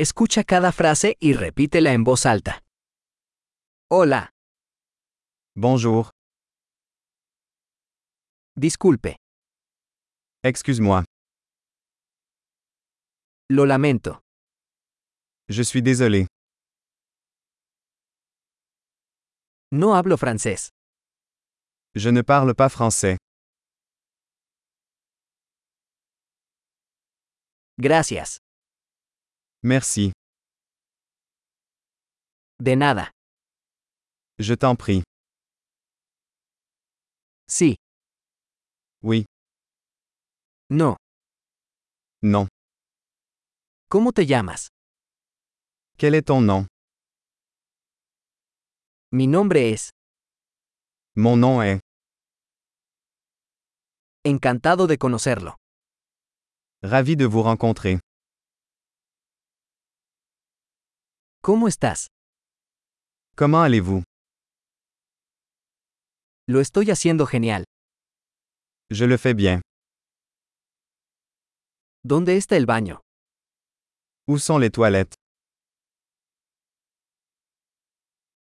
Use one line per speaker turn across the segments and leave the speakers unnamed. Escucha cada frase y repítela en voz alta. Hola,
Bonjour.
disculpe,
Excuse-moi.
lo lamento,
Je suis désolé.
no hablo francés.
Je ne parle pas français.
Gracias,
Merci.
de nada.
Je t'en prie.
Sí,
Oui.
no,
Non.
¿cómo te llamas?
Quel est ton nom
Mi nombre es,
Mon nom est.
encantado de conocerlo.
Ravi de vous rencontrer.
¿Cómo estás?
Comment allez-vous
Lo estoy haciendo genial.
Je le fais bien.
¿Dónde está el baño?
Où sont les toilettes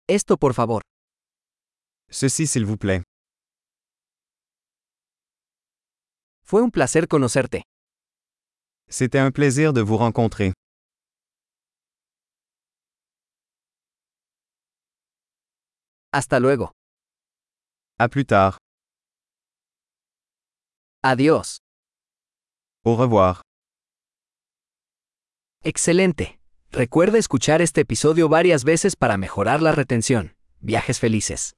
Esto por favor.
Ceci s'il vous plaît.
Fue un placer conocerte.
C'était un plaisir de vous rencontrer.
Hasta luego.
À plus tard.
Adiós.
Au revoir.
Excelente. Recuerda escuchar este episodio varias veces para mejorar la retención. Viajes felices.